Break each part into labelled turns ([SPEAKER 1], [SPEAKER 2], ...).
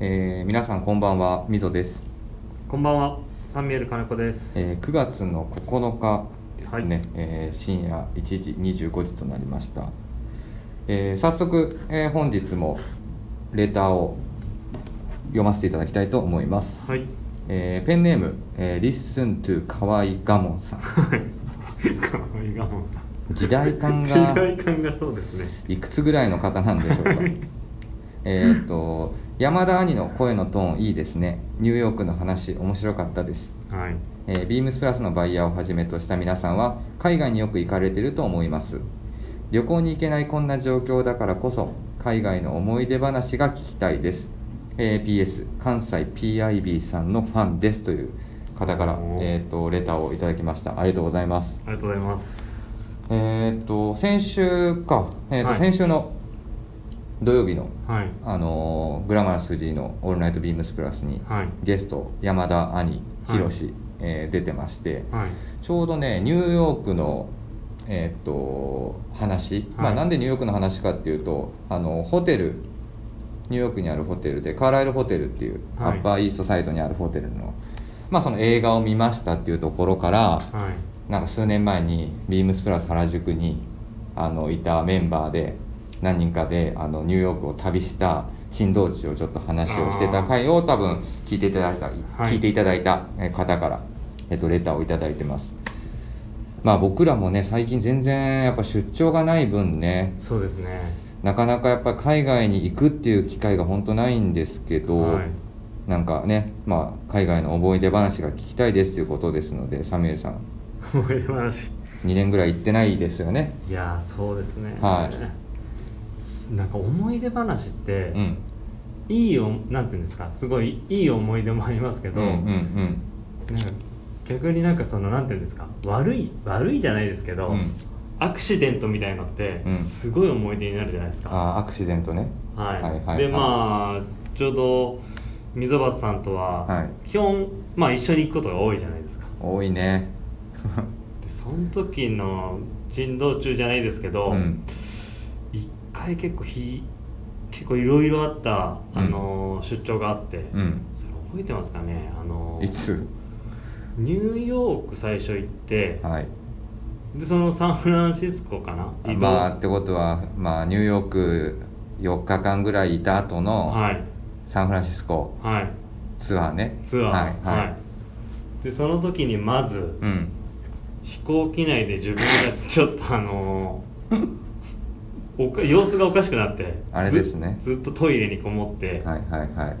[SPEAKER 1] えー皆さんこんばんはみぞです、
[SPEAKER 2] こんばんは、サンミエル金子です。
[SPEAKER 1] えー9月の9日ですね、
[SPEAKER 2] はい
[SPEAKER 1] えー深夜1時25時となりました、えー早速、えー本日もレターを読ませていただきたいと思います、
[SPEAKER 2] はい。
[SPEAKER 1] えーペンネーム、えー、Listen to 河合ガモンさん
[SPEAKER 2] かわいがもんさん。
[SPEAKER 1] 時代感
[SPEAKER 2] 時
[SPEAKER 1] が
[SPEAKER 2] 代感がそうですね。
[SPEAKER 1] いくつぐらいの方なんでしょうかえっと山田兄の声のトーンいいですねニューヨークの話面白かったです
[SPEAKER 2] はい。
[SPEAKER 1] えービームスプラスのバイヤーをはじめとした皆さんは海外によく行かれていると思います旅行に行けないこんな状況だからこそ海外の思い出話が聞きたいです、えー PS 関西 PIB さんのファンですという方から
[SPEAKER 2] お、ー
[SPEAKER 1] えー、とレターをいただきましたありがとうございます
[SPEAKER 2] ありがとうございます。
[SPEAKER 1] えっ、と先週か、えーと
[SPEAKER 2] はい
[SPEAKER 1] 先週の土曜日の、
[SPEAKER 2] はい。
[SPEAKER 1] あのーグラマラス藤井の「オールナイトビームスプラス」に
[SPEAKER 2] はい。
[SPEAKER 1] ゲスト山田兄
[SPEAKER 2] はい
[SPEAKER 1] 博士、えー出てまして
[SPEAKER 2] はい。
[SPEAKER 1] ちょうどねニューヨークのえーっと話、まあ
[SPEAKER 2] はい
[SPEAKER 1] なんでニューヨークの話かっていうとあのホテルニューヨークにあるホテルでカーライルホテルっていう、
[SPEAKER 2] はい
[SPEAKER 1] アッパーイーストサイドにあるホテルのまあその映画を見ましたっていうところから
[SPEAKER 2] はい。
[SPEAKER 1] なんか数年前にビームスプラス原宿にあのいたメンバーで何人かであのニューヨークを旅した珍道中をちょっと話をしてた回を多分聞いていただいた、
[SPEAKER 2] い
[SPEAKER 1] 聞いていただいたえー方から、えっとレターを頂いただいてます。まあ僕らもね最近全然やっぱ出張がない分ね
[SPEAKER 2] そうですね。
[SPEAKER 1] なかなかやっぱ海外に行くっていう機会が本当ないんですけど、
[SPEAKER 2] はい。
[SPEAKER 1] なんかね、まあ、海外の思い出話が聞きたいですということですのでサミュエルさん
[SPEAKER 2] 思い話。
[SPEAKER 1] 2年ぐらい行ってないですよね
[SPEAKER 2] いやー、そうですね。。
[SPEAKER 1] はい
[SPEAKER 2] なんか思い出話って、
[SPEAKER 1] うん
[SPEAKER 2] いいお、なんていうんですか、すごいいい思い出もありますけ
[SPEAKER 1] う
[SPEAKER 2] ど、
[SPEAKER 1] んうん
[SPEAKER 2] なんか逆になんかそのなんていうんですか、悪い悪いじゃないですけ
[SPEAKER 1] う
[SPEAKER 2] ど。
[SPEAKER 1] んうん
[SPEAKER 2] アクシデントみたいのって
[SPEAKER 1] うん
[SPEAKER 2] すごい思い出になるじゃないですか、
[SPEAKER 1] あーアクシデントね
[SPEAKER 2] はい、
[SPEAKER 1] はいはい
[SPEAKER 2] でまあちょうど溝端さんとは、
[SPEAKER 1] はい
[SPEAKER 2] 基本まあ一緒に行くことが多いじゃないですか
[SPEAKER 1] 多いね
[SPEAKER 2] でその時の人道中じゃないですけ
[SPEAKER 1] う
[SPEAKER 2] ど
[SPEAKER 1] ん
[SPEAKER 2] 一、回結構ひ結構いろいろあった、あのー出張があって、
[SPEAKER 1] うん
[SPEAKER 2] それ覚えてますかねあのー
[SPEAKER 1] いつ
[SPEAKER 2] ニューヨーク最初行って
[SPEAKER 1] はい
[SPEAKER 2] でそのサンフランシスコかな移動、
[SPEAKER 1] まあってことはまあニューヨーク4日間ぐらいいた後の
[SPEAKER 2] はい
[SPEAKER 1] サンフランシスコ
[SPEAKER 2] はい
[SPEAKER 1] ツアーね
[SPEAKER 2] ツアー
[SPEAKER 1] はいはい、
[SPEAKER 2] でその時にまず
[SPEAKER 1] うん
[SPEAKER 2] 飛行機内で自分がちょっとあのーおか様子がおかしくなって
[SPEAKER 1] あれですね
[SPEAKER 2] ずずっとトイレにこもっては
[SPEAKER 1] はいはいはい
[SPEAKER 2] い、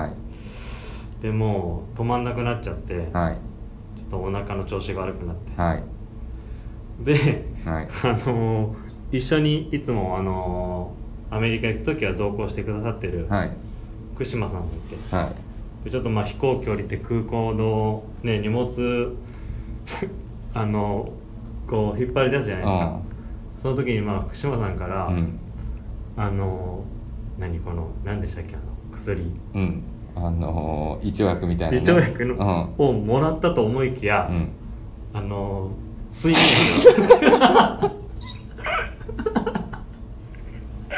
[SPEAKER 1] はい
[SPEAKER 2] でもう止まんなくなっちゃって、
[SPEAKER 1] はい
[SPEAKER 2] ちょっとお腹の調子が悪くなって、
[SPEAKER 1] はい
[SPEAKER 2] で
[SPEAKER 1] はい
[SPEAKER 2] あのー一緒にいつもあのーアメリカ行く時は同行してくださってる
[SPEAKER 1] はい
[SPEAKER 2] 福島さんがいて、
[SPEAKER 1] はい
[SPEAKER 2] でちょっとまあ飛行機降りて空港の、ね、荷物 あのこう引っ張り出すじゃないですかその時にまあ福島さんから、
[SPEAKER 1] うんうん
[SPEAKER 2] あの何この何でしたっけあの薬
[SPEAKER 1] うんあのー胃腸薬みたいなね
[SPEAKER 2] 胃腸薬の、
[SPEAKER 1] う
[SPEAKER 2] をもらったと思いきや
[SPEAKER 1] ん、うん
[SPEAKER 2] あの睡眠薬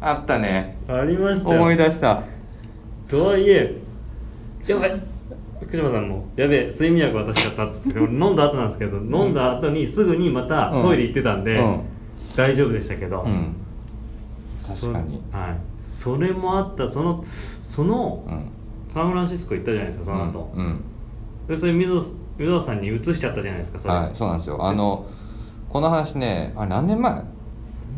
[SPEAKER 1] あったね
[SPEAKER 2] ありましたよ
[SPEAKER 1] 思い出した
[SPEAKER 2] とはいえやばい福島さんも「やべえ睡眠薬渡しちゃった」っつってでも飲んだ後なんですけど飲んだ後にすぐにまた
[SPEAKER 1] うん
[SPEAKER 2] トイレ行ってたんで、
[SPEAKER 1] うん
[SPEAKER 2] 大丈夫でしたけど、
[SPEAKER 1] うん
[SPEAKER 2] そ
[SPEAKER 1] 確かに
[SPEAKER 2] はい、それもあったそのその
[SPEAKER 1] うん
[SPEAKER 2] サンフランシスコ行ったじゃないですかその後、
[SPEAKER 1] うんうん
[SPEAKER 2] でそれ水野水野さんに移しちゃったじゃないですかそれ、
[SPEAKER 1] はい、そうなんですよあのこの話ねあれ何年前
[SPEAKER 2] 何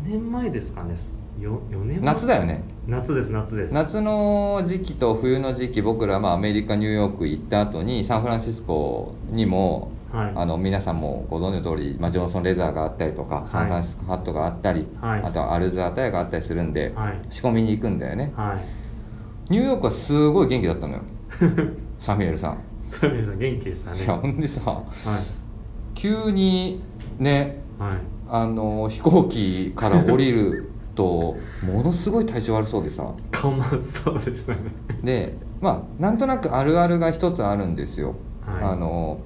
[SPEAKER 2] 年前ですかねよ4年前
[SPEAKER 1] 夏だよね
[SPEAKER 2] 夏です夏です
[SPEAKER 1] 夏の時期と冬の時期僕ら、まあ、アメリカニューヨーク行った後にサンフランシスコにも
[SPEAKER 2] はい
[SPEAKER 1] あの皆さんもご存知の通り、まあ、ジョンソンレザーがあったりとか、
[SPEAKER 2] はい
[SPEAKER 1] サンフランシスコハットがあったり、
[SPEAKER 2] はい
[SPEAKER 1] あとはアルザータヤがあったりするんで、
[SPEAKER 2] はい
[SPEAKER 1] 仕込みに行くんだよね
[SPEAKER 2] はい
[SPEAKER 1] ニューヨークはすごい元気だった のよサミュエルさん、
[SPEAKER 2] サミュエルさん元気でしたね
[SPEAKER 1] いやほんでさ
[SPEAKER 2] は
[SPEAKER 1] 急にね
[SPEAKER 2] いはい
[SPEAKER 1] あの飛行機から降りるとものすごい体調悪そうでさ
[SPEAKER 2] 緩慢そうでしたね
[SPEAKER 1] でまあなんとなくあるあるが一つあるんですよ、
[SPEAKER 2] はい
[SPEAKER 1] あの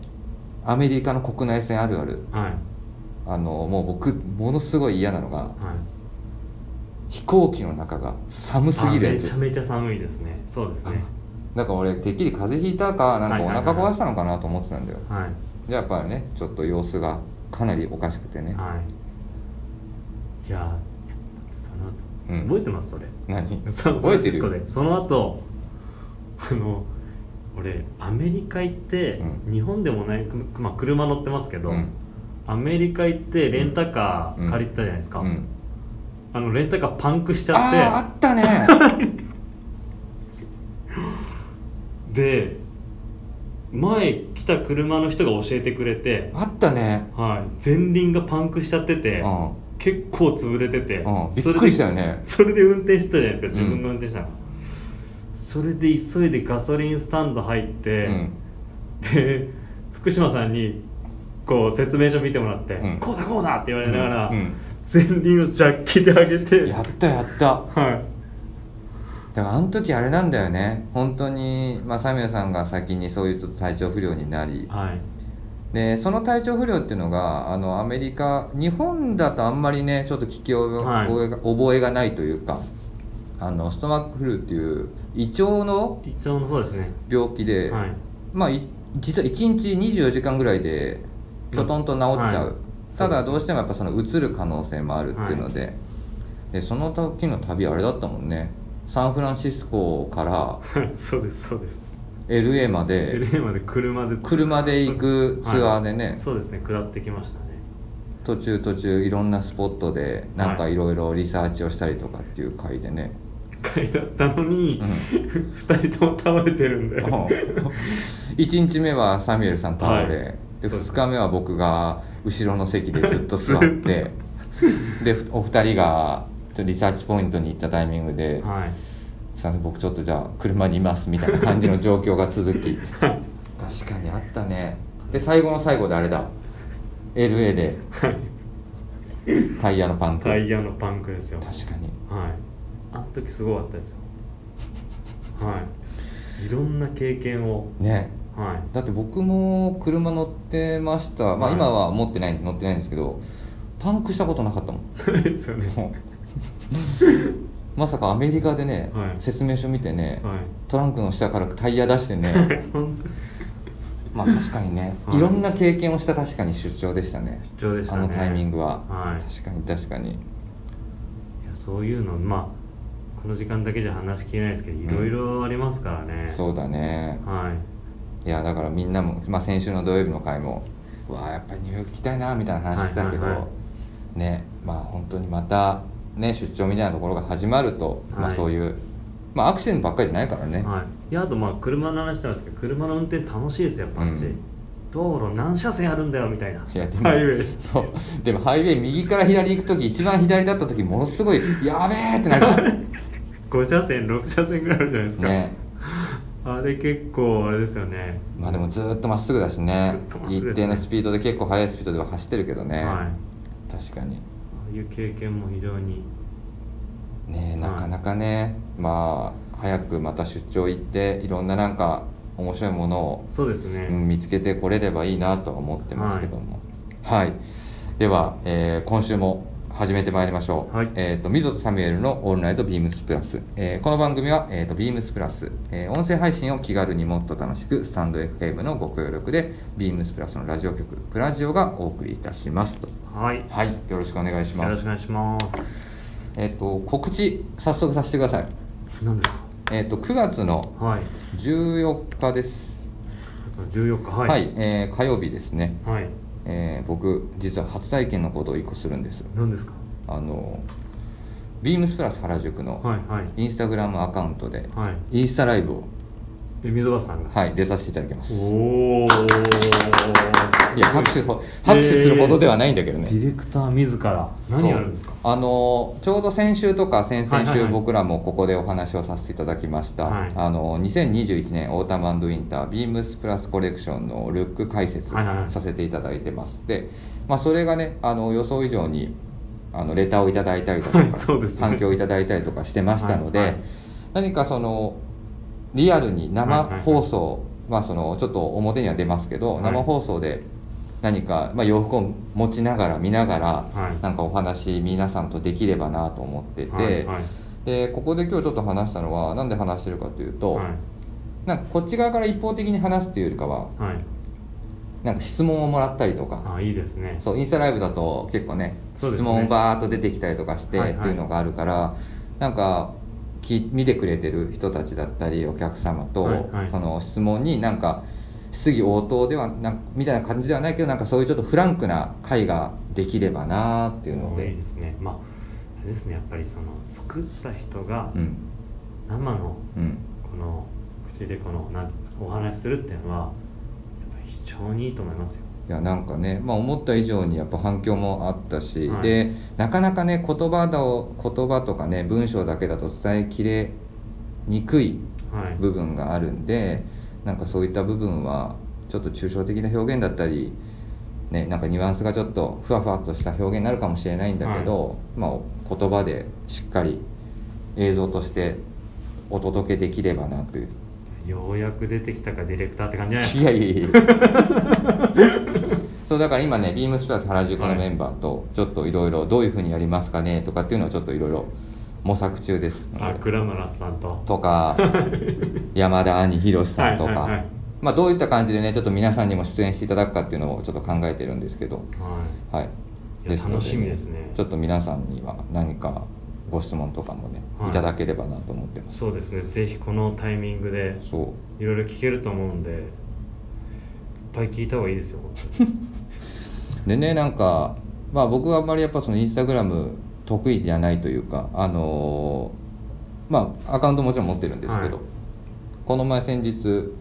[SPEAKER 1] アメリカの国内線あるある
[SPEAKER 2] はい
[SPEAKER 1] あのもう僕ものすごい嫌なのが
[SPEAKER 2] は
[SPEAKER 1] 飛行機の中が寒すぎるや
[SPEAKER 2] あめち
[SPEAKER 1] つ
[SPEAKER 2] ゃめちゃ寒いですねそうですね
[SPEAKER 1] だから俺てっきり風邪ひいたかなんかお
[SPEAKER 2] はいはいはい
[SPEAKER 1] 腹壊したのかなと思ってたんだよ
[SPEAKER 2] はい
[SPEAKER 1] じゃあやっぱりねちょっと様子がかなりおかしくてね
[SPEAKER 2] はいいやその後、
[SPEAKER 1] うん
[SPEAKER 2] 覚えてますそれ
[SPEAKER 1] 何
[SPEAKER 2] サンフ
[SPEAKER 1] 覚
[SPEAKER 2] ラ
[SPEAKER 1] え
[SPEAKER 2] ン
[SPEAKER 1] て
[SPEAKER 2] シ
[SPEAKER 1] る
[SPEAKER 2] スコ
[SPEAKER 1] よ
[SPEAKER 2] でその後あの俺アメリカ行って、
[SPEAKER 1] う
[SPEAKER 2] 日本でもない、くまあ、車乗ってますけど、
[SPEAKER 1] うん
[SPEAKER 2] アメリカ行ってレンタカ
[SPEAKER 1] うん
[SPEAKER 2] ー借りてたじゃないですか、
[SPEAKER 1] うん
[SPEAKER 2] あのレンタカーパンクしち
[SPEAKER 1] ああーあ
[SPEAKER 2] ゃっ
[SPEAKER 1] ったね
[SPEAKER 2] てで前来た車の人が教えてくれて、
[SPEAKER 1] あった ね
[SPEAKER 2] はい、前輪がパンクしちゃってて、
[SPEAKER 1] うん
[SPEAKER 2] 結構潰れてて、
[SPEAKER 1] うんびっ
[SPEAKER 2] それ
[SPEAKER 1] く
[SPEAKER 2] で
[SPEAKER 1] りしたよね
[SPEAKER 2] それで運転してたじゃないですか
[SPEAKER 1] うん
[SPEAKER 2] 自分が運転したの、それで急いでガソリンスタンド入って、
[SPEAKER 1] うん
[SPEAKER 2] で福島さんにこう説明書見てもらって「
[SPEAKER 1] うん
[SPEAKER 2] こうだこうだ!」って言われながら、
[SPEAKER 1] うん
[SPEAKER 2] 前輪をジャッキで上げ
[SPEAKER 1] うん
[SPEAKER 2] て
[SPEAKER 1] やったやった
[SPEAKER 2] はい
[SPEAKER 1] だからあの時あれなんだよね本当にまあサミュエルさんが先にそういうちょっと体調不良になり
[SPEAKER 2] はい
[SPEAKER 1] でその体調不良っていうのがあのアメリカ日本だとあんまりねちょっと聞き覚え,、
[SPEAKER 2] はい
[SPEAKER 1] 覚えがないというかあのストマックフルーっていう胃腸の
[SPEAKER 2] 一応のそうですね、
[SPEAKER 1] 病気で、
[SPEAKER 2] はい
[SPEAKER 1] まあい実は1日24時間ぐらいできょとんと治っちゃう、
[SPEAKER 2] はい
[SPEAKER 1] ただ
[SPEAKER 2] そうですね
[SPEAKER 1] どうしてもやっぱそのうつる可能性もあるっていうので,、でその時の旅あれだったもんねサンフランシスコから
[SPEAKER 2] はい、 そうですそうです
[SPEAKER 1] LA まで
[SPEAKER 2] LA まで車で
[SPEAKER 1] 車で行くツアーでね、
[SPEAKER 2] はいそうですね下ってきましたね
[SPEAKER 1] 途中途中いろんなスポットでなんか
[SPEAKER 2] はい
[SPEAKER 1] いろいろリサーチをしたりとかっていう回でね、
[SPEAKER 2] 一回だったのに、
[SPEAKER 1] うん
[SPEAKER 2] 二人とも倒れてるんで
[SPEAKER 1] あ1日目はサミュエルさん倒れ、
[SPEAKER 2] はい
[SPEAKER 1] で
[SPEAKER 2] そうです
[SPEAKER 1] 2日目は僕が後ろの席でずっと座って でお二人がリサーチポイントに行ったタイミングで
[SPEAKER 2] はい
[SPEAKER 1] 「すいません僕ちょっとじゃあ車にいます」みたいな感じの状況が続き確かにあったねで最後の最後であれだ LA で
[SPEAKER 2] はい
[SPEAKER 1] タイヤのパンク、
[SPEAKER 2] タイヤのパンクですよ
[SPEAKER 1] 確かに
[SPEAKER 2] はいあの時すごかったですよはいいろんな経験を
[SPEAKER 1] ね
[SPEAKER 2] はい
[SPEAKER 1] だって僕も車乗ってました、ま
[SPEAKER 2] は
[SPEAKER 1] あ、
[SPEAKER 2] い
[SPEAKER 1] 今は持ってない乗ってないんですけどパンクしたことなかったもん
[SPEAKER 2] そ うですよね
[SPEAKER 1] もうまさかアメリカでね、
[SPEAKER 2] はい
[SPEAKER 1] 説明書見てね、
[SPEAKER 2] は
[SPEAKER 1] トランクの下からタイヤ出して
[SPEAKER 2] い
[SPEAKER 1] ね
[SPEAKER 2] 本当です
[SPEAKER 1] まあ確かにね、
[SPEAKER 2] はい
[SPEAKER 1] い、ろんな経験をした確かに出張でしたね
[SPEAKER 2] 貴重でした
[SPEAKER 1] あ
[SPEAKER 2] ね
[SPEAKER 1] のタイミン
[SPEAKER 2] グ
[SPEAKER 1] グは、
[SPEAKER 2] はい
[SPEAKER 1] 確かに確かに
[SPEAKER 2] いやそういうのまあこの時間だけじゃ話聞けないですけど
[SPEAKER 1] ん
[SPEAKER 2] いろいろありますからね、
[SPEAKER 1] そうだね
[SPEAKER 2] はい
[SPEAKER 1] いやだからみんなも、まあ、先週の土曜日の回もうわあやっぱりニューヨーク行きたいなみたいな話してたけど、
[SPEAKER 2] はいはいは
[SPEAKER 1] ねまあ本当にまた、ね、出張みたいなところが始まると、ま
[SPEAKER 2] は
[SPEAKER 1] あ、
[SPEAKER 2] い
[SPEAKER 1] そういう、まあ、アクシデントばっかりじゃないからね、
[SPEAKER 2] はい、いやあとまあ車の話してましたけど車の運転楽しいですよパンチ、
[SPEAKER 1] うん
[SPEAKER 2] 道路何車線あるんだよみたいない
[SPEAKER 1] やでも
[SPEAKER 2] ハイウェイ
[SPEAKER 1] そうでもハイウェイ右から左行く時一番左だった時ものすごい「やべえ!」ってなるから
[SPEAKER 2] 5車線6車線ぐらいあるじゃないですか、
[SPEAKER 1] ね
[SPEAKER 2] あれ結構あれですよね
[SPEAKER 1] まあでもずーっとまっすぐだしね
[SPEAKER 2] ずっとまっすぐで
[SPEAKER 1] 一
[SPEAKER 2] すね
[SPEAKER 1] 定のスピードで結構速いスピードでは走ってるけどね、
[SPEAKER 2] はい、あ
[SPEAKER 1] 確かに
[SPEAKER 2] あいう経験も非常に
[SPEAKER 1] ねえ
[SPEAKER 2] い
[SPEAKER 1] なかなかね、まあ早くまた出張行っていろんななんか面白いものを、
[SPEAKER 2] そうですね、
[SPEAKER 1] うん見つけてこれればいいなとは思ってますけどもはい、では、えー今週も始めてまいりましょう、
[SPEAKER 2] はい
[SPEAKER 1] えっ、と溝とサミュエルの「オールナイトビームスプラス」えーこの番組は、えー、とビームスプラス、えー音声配信を気軽にもっと楽しくスタンド FM のご協力でビームスプラスのラジオ局プラジオがお送りいたしますと
[SPEAKER 2] はいよ
[SPEAKER 1] はいよろしくお願いしま
[SPEAKER 2] ろし
[SPEAKER 1] す
[SPEAKER 2] くお願いします
[SPEAKER 1] えっ、と告知早速させてください
[SPEAKER 2] 何です
[SPEAKER 1] えっ、と9月の
[SPEAKER 2] かはい
[SPEAKER 1] 14日です。
[SPEAKER 2] その14日は
[SPEAKER 1] はいい、えー火曜日ですね。
[SPEAKER 2] はい、
[SPEAKER 1] えー僕実は初体験のことを一個するんです。
[SPEAKER 2] 何ですか
[SPEAKER 1] あのビームスプラス原宿の
[SPEAKER 2] はいはい
[SPEAKER 1] インスタグラムアカウントで
[SPEAKER 2] はい
[SPEAKER 1] インスタライブを
[SPEAKER 2] え溝端さんが、
[SPEAKER 1] はい出させていただきます。い
[SPEAKER 2] おお
[SPEAKER 1] や拍手ほ拍手するほどではないんだけど
[SPEAKER 2] デ
[SPEAKER 1] ね。
[SPEAKER 2] ィレクター自ら何やるんですか
[SPEAKER 1] あのちょうど先週とか先々
[SPEAKER 2] はいはい
[SPEAKER 1] 週
[SPEAKER 2] はい
[SPEAKER 1] 僕らもここでお話をさせていただきました、
[SPEAKER 2] はい
[SPEAKER 1] あの2021年オータムウィンタービームスプラスコレクションのルック解説
[SPEAKER 2] はいはいはい
[SPEAKER 1] させていただいてます、で、まあ、それがねあの予想以上にあのレターをいただいたりとか、
[SPEAKER 2] はいそうですね
[SPEAKER 1] 反響をいただいたりとかしてましたので、
[SPEAKER 2] はいはい
[SPEAKER 1] 何かそのリアルに
[SPEAKER 2] は
[SPEAKER 1] 生
[SPEAKER 2] いはいはい
[SPEAKER 1] 放送、まあそのちょっと表には出ますけど、
[SPEAKER 2] はい
[SPEAKER 1] 生放送で何か、まあ、洋服を持ちながら見ながら、
[SPEAKER 2] はい
[SPEAKER 1] なんかお話皆さんとできればなと思ってて、
[SPEAKER 2] はいはい
[SPEAKER 1] でここで今日ちょっと話したのはなんで話してるかというと、
[SPEAKER 2] はい
[SPEAKER 1] なんかこっち側から一方的に話すというよりかは
[SPEAKER 2] はい
[SPEAKER 1] なんか質問をもらったりとか、
[SPEAKER 2] あいいですね
[SPEAKER 1] そうインスタライブだと結構ね
[SPEAKER 2] そうで
[SPEAKER 1] 質
[SPEAKER 2] すね
[SPEAKER 1] 問バーっと出てきたりとかして
[SPEAKER 2] は
[SPEAKER 1] っ
[SPEAKER 2] いはい
[SPEAKER 1] ていうのがあるから、なんかき見てくれてる人たちだったりお客様と、
[SPEAKER 2] はいはい
[SPEAKER 1] その質問になんか質疑応答ではなんみたいな感じではないけどなんかそういうちょっとフランクな会ができればなーっていうの
[SPEAKER 2] おいい
[SPEAKER 1] で、
[SPEAKER 2] ですねまああれですねやっぱりその作った人が
[SPEAKER 1] うん
[SPEAKER 2] 生の
[SPEAKER 1] うん、
[SPEAKER 2] この口でこのなんていうんですかお話しするっていうのはやっぱり非常にいいと思いますよ
[SPEAKER 1] いやなんかね、まあ、思った以上にやっぱ反響もあったし、
[SPEAKER 2] はい
[SPEAKER 1] でなかなかね言葉だを言葉とかね文章だけだと伝えきれにくい
[SPEAKER 2] はい
[SPEAKER 1] 部分があるんでなんかそういった部分はちょっと抽象的な表現だったり、ね、なんかニュアンスがちょっとふわふわっとした表現になるかもしれないんだけど、まあ、言葉でしっかり映像としてお届けできればなという。
[SPEAKER 2] ようやく出てきたかディレクターって感じじゃないです
[SPEAKER 1] い
[SPEAKER 2] か
[SPEAKER 1] やいや いやそうだから今ねビームスプラス原宿のメンバーとちょっといろいろどういうふうにやりますかねとかっていうのをちょっといろいろ模索中です
[SPEAKER 2] あクラマラスさんと
[SPEAKER 1] と か山田兄宏さんとか、
[SPEAKER 2] はいはいはい
[SPEAKER 1] まあ、どういった感じでねちょっと皆さんにも出演していただくかっていうのをちょっと考えてるんですけど、
[SPEAKER 2] は
[SPEAKER 1] はい、
[SPEAKER 2] いいや楽しみですね
[SPEAKER 1] ちょっと皆さんには何かご質問とかもね、
[SPEAKER 2] はい
[SPEAKER 1] い、ただければなと思ってます
[SPEAKER 2] そうですねぜひこのタイミングで
[SPEAKER 1] そう
[SPEAKER 2] いろいろ聞けると思うんでいっぱい聞いた方がいいですよ本当 に
[SPEAKER 1] でねなんかまあ僕はあんまりやっぱそのインスタグラム得意じゃないというかあのーまあアカウントもちろん持ってるんですけど、
[SPEAKER 2] はい
[SPEAKER 1] この前先日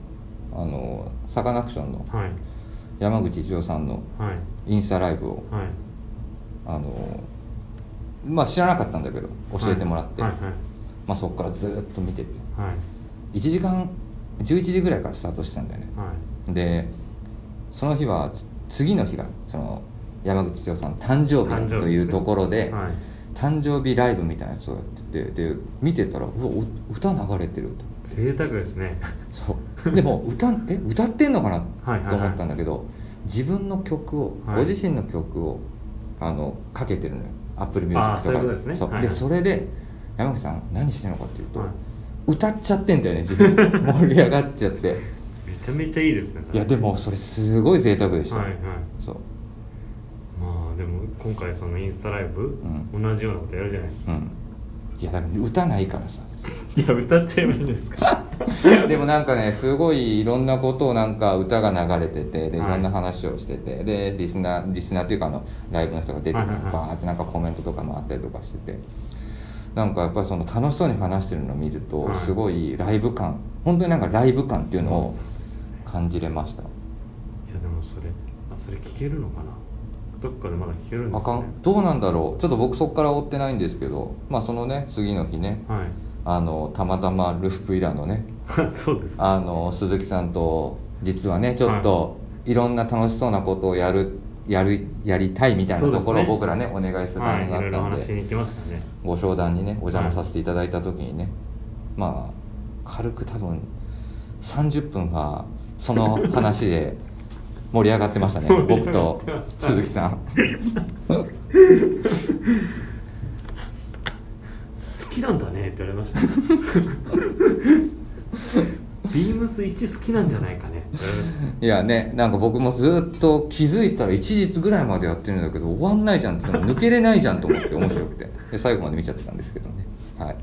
[SPEAKER 1] あのーサカナクションの
[SPEAKER 2] はい
[SPEAKER 1] 山口一郎さんの
[SPEAKER 2] はい
[SPEAKER 1] インスタライブを
[SPEAKER 2] はい
[SPEAKER 1] あのーまあ知らなかったんだけど教えてもらって、
[SPEAKER 2] はいはい
[SPEAKER 1] まあ、そこからずーっと見てて
[SPEAKER 2] はい
[SPEAKER 1] 1時間11時ぐらいからスタートしてたんだよね
[SPEAKER 2] はい
[SPEAKER 1] でその日はつ次の日がその山口一郎さん誕生
[SPEAKER 2] 誕
[SPEAKER 1] 日
[SPEAKER 2] 生日
[SPEAKER 1] というところで
[SPEAKER 2] はい
[SPEAKER 1] 誕生日ライブみたいなやつをやっててで見てたらうわお歌流れてると
[SPEAKER 2] 贅沢です ね
[SPEAKER 1] そうで も歌え歌ってんのかな
[SPEAKER 2] はいはい
[SPEAKER 1] と
[SPEAKER 2] は
[SPEAKER 1] 思
[SPEAKER 2] い
[SPEAKER 1] ったんだけど、自分の曲を、
[SPEAKER 2] はい
[SPEAKER 1] ご自身の曲をあのかけてるのよアップルミュー
[SPEAKER 2] あー
[SPEAKER 1] ジックとか
[SPEAKER 2] そういうことですねはい
[SPEAKER 1] で
[SPEAKER 2] はい
[SPEAKER 1] それで山口さん何してるのかっていうと、
[SPEAKER 2] はい
[SPEAKER 1] 歌っちゃってんだよね自 分盛り上がっちゃって
[SPEAKER 2] めちゃめちゃいいですねそ
[SPEAKER 1] い
[SPEAKER 2] れ
[SPEAKER 1] やでもそれすごい贅沢でした、
[SPEAKER 2] はいはい
[SPEAKER 1] そう
[SPEAKER 2] まあでも今回そのインスタライブ、
[SPEAKER 1] う
[SPEAKER 2] 同じようなことやるじゃないですか、
[SPEAKER 1] うんいやだから歌ないからさ
[SPEAKER 2] いや歌っちゃえばいいんですか
[SPEAKER 1] でもなんかねすごいいろんなことをなんか歌が流れててでい
[SPEAKER 2] はい
[SPEAKER 1] ろんな話をしてて、でリスナーリスナーっていうかあのライブの人が出てくる
[SPEAKER 2] はいはいはい
[SPEAKER 1] バーってなんかコメントとかもあったりとかしててなんかやっぱりその楽しそうに話してるのを見ると
[SPEAKER 2] はい
[SPEAKER 1] すごいライブ感本当になんかライブ感っていうの
[SPEAKER 2] そ
[SPEAKER 1] を
[SPEAKER 2] うですよね
[SPEAKER 1] 感じれました
[SPEAKER 2] いやでもそれあそれ聞けるのかなどっかでまだ聞けるんで
[SPEAKER 1] あ
[SPEAKER 2] す
[SPEAKER 1] か
[SPEAKER 2] かね
[SPEAKER 1] んどうなんだろうちょっと僕そこから追ってないんですけどまあそのね次の日ね
[SPEAKER 2] は
[SPEAKER 1] あのたまたまルフプイラのね
[SPEAKER 2] い そうですね
[SPEAKER 1] あの鈴木さんと実はねちょっといろんな楽しそうなことをやるやるやりたいみたいなところ
[SPEAKER 2] そうで
[SPEAKER 1] を
[SPEAKER 2] すね
[SPEAKER 1] 僕らねお願いするタイミングが
[SPEAKER 2] はい、いろ
[SPEAKER 1] あ
[SPEAKER 2] い
[SPEAKER 1] った
[SPEAKER 2] ろ
[SPEAKER 1] ん
[SPEAKER 2] 話し
[SPEAKER 1] で
[SPEAKER 2] に行きましたね
[SPEAKER 1] ご商談にねお邪魔させていただいた時にねまあ軽く多分30分はその話で盛り上がってましたね
[SPEAKER 2] 盛り上
[SPEAKER 1] 僕
[SPEAKER 2] がっ
[SPEAKER 1] と
[SPEAKER 2] てました
[SPEAKER 1] 鈴木さん
[SPEAKER 2] 好きなんだねって言われました ビームス1好きなんじゃないかねって言われました
[SPEAKER 1] いやねなんか僕もずっと気づいたら1時ぐらいまでやってるんだけど終わんないじゃんってでも抜けれないじゃんと思って面白くてで最後まで見ちゃってたんですけどねはいっ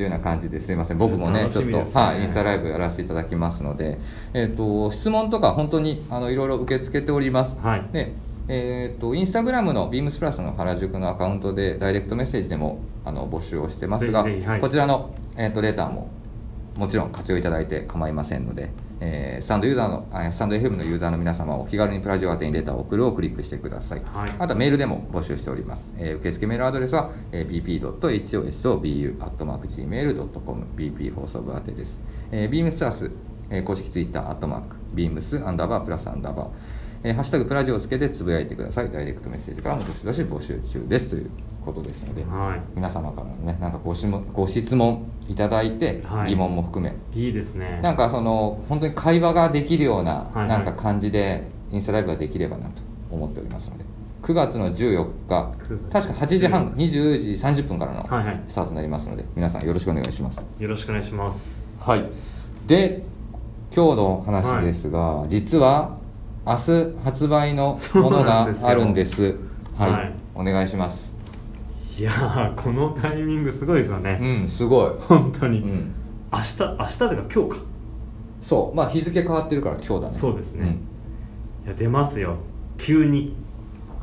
[SPEAKER 1] ていうような感じですいません僕もね
[SPEAKER 2] 楽
[SPEAKER 1] ち
[SPEAKER 2] し
[SPEAKER 1] ょっ
[SPEAKER 2] み
[SPEAKER 1] と、
[SPEAKER 2] ですね
[SPEAKER 1] はいインスタライブやらせていただきますのでえっ、と質問とか本当にあのいろいろ受け付けております
[SPEAKER 2] はい
[SPEAKER 1] でえー、とインスタグラムのビームスプラスの原宿のアカウントでダイレクトメッセージでもあの募集をしてますが
[SPEAKER 2] ぜひぜひはい
[SPEAKER 1] こちらの、えー、とレターももちろん活用いただいて構いませんので、えースタンドユーザーのあスタンド FM のユーザーの皆様はお気軽にプラジオ宛てにレターを送るをクリックしてください、
[SPEAKER 2] はい
[SPEAKER 1] あとはメールでも募集しております、えー受付メールアドレスは、えー bp.hosobu.gmail.com bp 放送部宛てです、えー、beams プラス、えー公式ツイッターアットマーク beams アンダーバープラスアンダーバーえーハッシュタグプラジオをつけてつぶやいてください。ダイレクトメッセージからもどしどし募集中ですということですので、
[SPEAKER 2] は
[SPEAKER 1] 皆様からのねなんかご質問ご質問いただいて、
[SPEAKER 2] はい
[SPEAKER 1] 疑問も含め
[SPEAKER 2] いいいですね
[SPEAKER 1] なんかその本当に会話ができるような、
[SPEAKER 2] はいはい
[SPEAKER 1] なんか感じでインスタライブができればなと思っておりますので9月の14日
[SPEAKER 2] 9月
[SPEAKER 1] 確か8時半20時30分からの
[SPEAKER 2] はいはい
[SPEAKER 1] スタートになりますので皆さんよろしくお願いします
[SPEAKER 2] よろしくお願いします
[SPEAKER 1] はいで今日の話ですが、実は明日発売のものがあるんですはい、
[SPEAKER 2] はい
[SPEAKER 1] お願いします
[SPEAKER 2] いやーこのタイミングすごいですよ
[SPEAKER 1] う
[SPEAKER 2] ね、
[SPEAKER 1] んすごい、
[SPEAKER 2] 本当に、
[SPEAKER 1] うん、
[SPEAKER 2] 明日明日というか今日か
[SPEAKER 1] そうまあ日付変わってるから今日だね
[SPEAKER 2] そうですねいや出ますよ急に